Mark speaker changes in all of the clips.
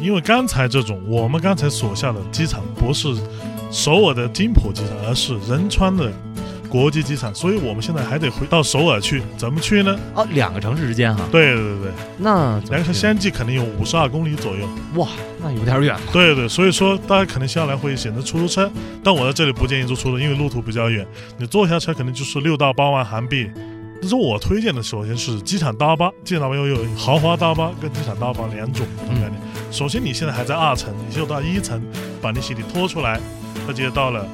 Speaker 1: 因为刚才这种我们刚才所下的机场不是首尔的金浦机场，而是仁川的国际机场，所以我们现在还得回到首尔去，怎么去呢？
Speaker 2: 哦，两个城市之间哈，
Speaker 1: 对对对，
Speaker 2: 那怎么
Speaker 1: 两个城
Speaker 2: 去
Speaker 1: 相距可能有五十二公里左右。
Speaker 2: 哇，那有点远了。
Speaker 1: 对对，所以说大家可能下来会选择出租车，但我在这里不建议坐出租，因为路途比较远，你坐下车可能就是六到八万韩币。但是我推荐的首先是机场大巴，机场大巴又有豪华大巴跟机场大巴两种不同概念。首先你现在还在二层，你就到一层把你行李拖出来，而且到了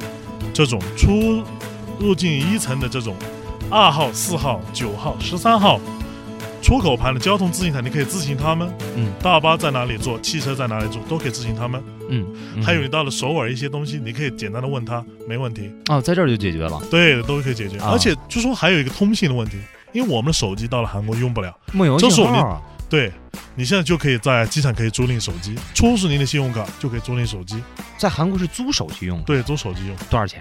Speaker 1: 这种出入境一层的这种二号、四号、九号、十三号出口盘的交通自行车，你可以自行他们。
Speaker 2: 嗯
Speaker 1: 大巴在哪里坐，汽车在哪里坐，都可以咨询他们。
Speaker 2: 嗯，嗯
Speaker 1: 还有你到了首尔一些东西，你可以简单的问他，没问题，
Speaker 2: 哦，在这儿就解决了，
Speaker 1: 对，都可以解决。
Speaker 2: 啊
Speaker 1: 而且据说还有一个通信的问题，因为我们的手机到了韩国用不了，
Speaker 2: 梦游
Speaker 1: 这是
Speaker 2: 信
Speaker 1: 我
Speaker 2: 号啊。
Speaker 1: 对你现在就可以在机场可以租赁手机，出示您的信用卡就可以租赁手机，
Speaker 2: 在韩国是租手机用的，
Speaker 1: 对，租手机用。
Speaker 2: 多少钱？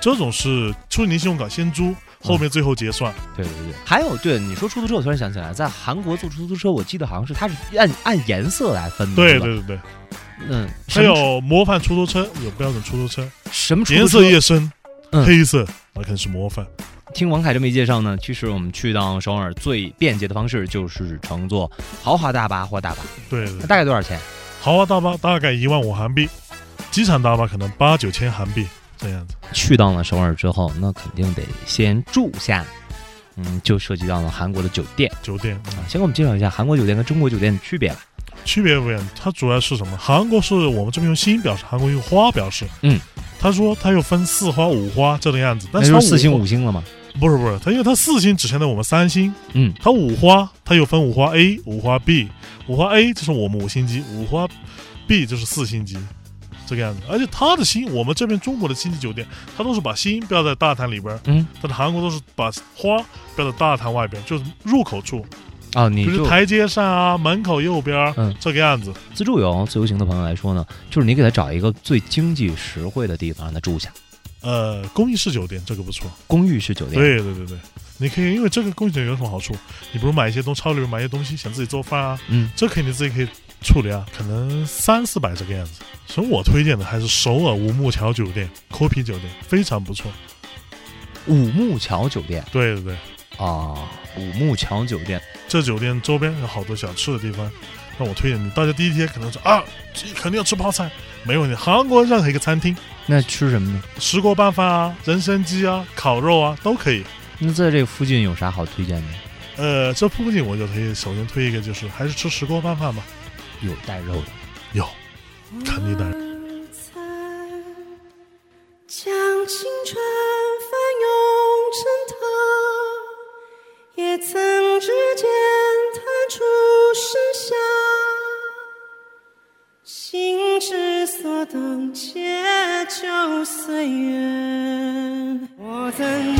Speaker 1: 这种是出示您信用卡先租，后面最后结算。
Speaker 2: 对对对，还有对你说出租车，我突然想起来，在韩国坐出租车，我记得好像是它是按按颜色来分的，
Speaker 1: 对
Speaker 2: 是吧，
Speaker 1: 对对对，
Speaker 2: 嗯，
Speaker 1: 还
Speaker 2: 什么
Speaker 1: 有模范出租车，有标准出租车，
Speaker 2: 什么出租
Speaker 1: 颜色
Speaker 2: 车
Speaker 1: 越深，
Speaker 2: 嗯
Speaker 1: 黑色那肯定是模范。
Speaker 2: 听王凯这么一介绍呢，其实我们去到首尔最便捷的方式就是乘坐豪华大巴或大巴，
Speaker 1: 对对
Speaker 2: 那。大概多少钱？
Speaker 1: 豪华大巴大概一万五韩币，机场大巴可能八九千韩币这样子。
Speaker 2: 去到了首尔之后，那肯定得先住下，嗯，就涉及到了韩国的酒店
Speaker 1: 酒店、嗯
Speaker 2: 啊。先给我们介绍一下韩国酒店跟中国酒店的区别吧。
Speaker 1: 区别不一样，它主要是什么？韩国是我们这边用心表示，韩国用花表示。
Speaker 2: 嗯，
Speaker 1: 他说他又分四花五花这个样子，但
Speaker 2: 那
Speaker 1: 是
Speaker 2: 就
Speaker 1: 它
Speaker 2: 是四星
Speaker 1: 花
Speaker 2: 五星了吗？
Speaker 1: 不是不是，它因为它四星只相当于我们三星，
Speaker 2: 嗯，
Speaker 1: 它五花它又分五花 A、五花 B，五花 A 就是我们五星级，五花 B 就是四星级。这个样子，而且它的星，我们这边中国的星级酒店，它都是把星标在大堂里边儿，
Speaker 2: 嗯，
Speaker 1: 但是韩国都是把花标在大堂外边，就是入口处，
Speaker 2: 哦，你
Speaker 1: 就
Speaker 2: 就是
Speaker 1: 台阶上啊、门口右边儿，
Speaker 2: 嗯
Speaker 1: 这个样子。
Speaker 2: 自助游、自由行的朋友来说呢，就是你给他找一个最经济实惠的地方让他住下，
Speaker 1: 呃，公益式酒店这个不错，
Speaker 2: 公寓式酒店。
Speaker 1: 对对对对，你可以因为这个公益酒店有什么好处？你比如买一些东超里面买一些东西，想自己做饭啊，
Speaker 2: 嗯，
Speaker 1: 这可以你自己可以处理啊，可能三四百这个样子。所以我推荐的还是首尔吴木桥酒店、抠皮酒店，非常不错。
Speaker 2: 五木桥酒店
Speaker 1: 对对对，
Speaker 2: 啊，五木桥酒店。
Speaker 1: 这酒店周边有好多小吃的地方，那我推荐你。大家第一天可能说啊，这肯定要吃泡菜，没问题。韩国任何一个餐厅，
Speaker 2: 那吃什么呢？
Speaker 1: 石锅拌饭啊、人参鸡啊、烤肉啊都可以。
Speaker 2: 那在这附近有啥好推荐的？
Speaker 1: 呃，这附近我就推，首先推一个就是还是吃石锅拌饭吧，
Speaker 2: 有带肉的。
Speaker 1: 有看地带。
Speaker 3: 将青春翻涌成她，也曾指尖弹出盛夏，心之所动，且就随缘。我怎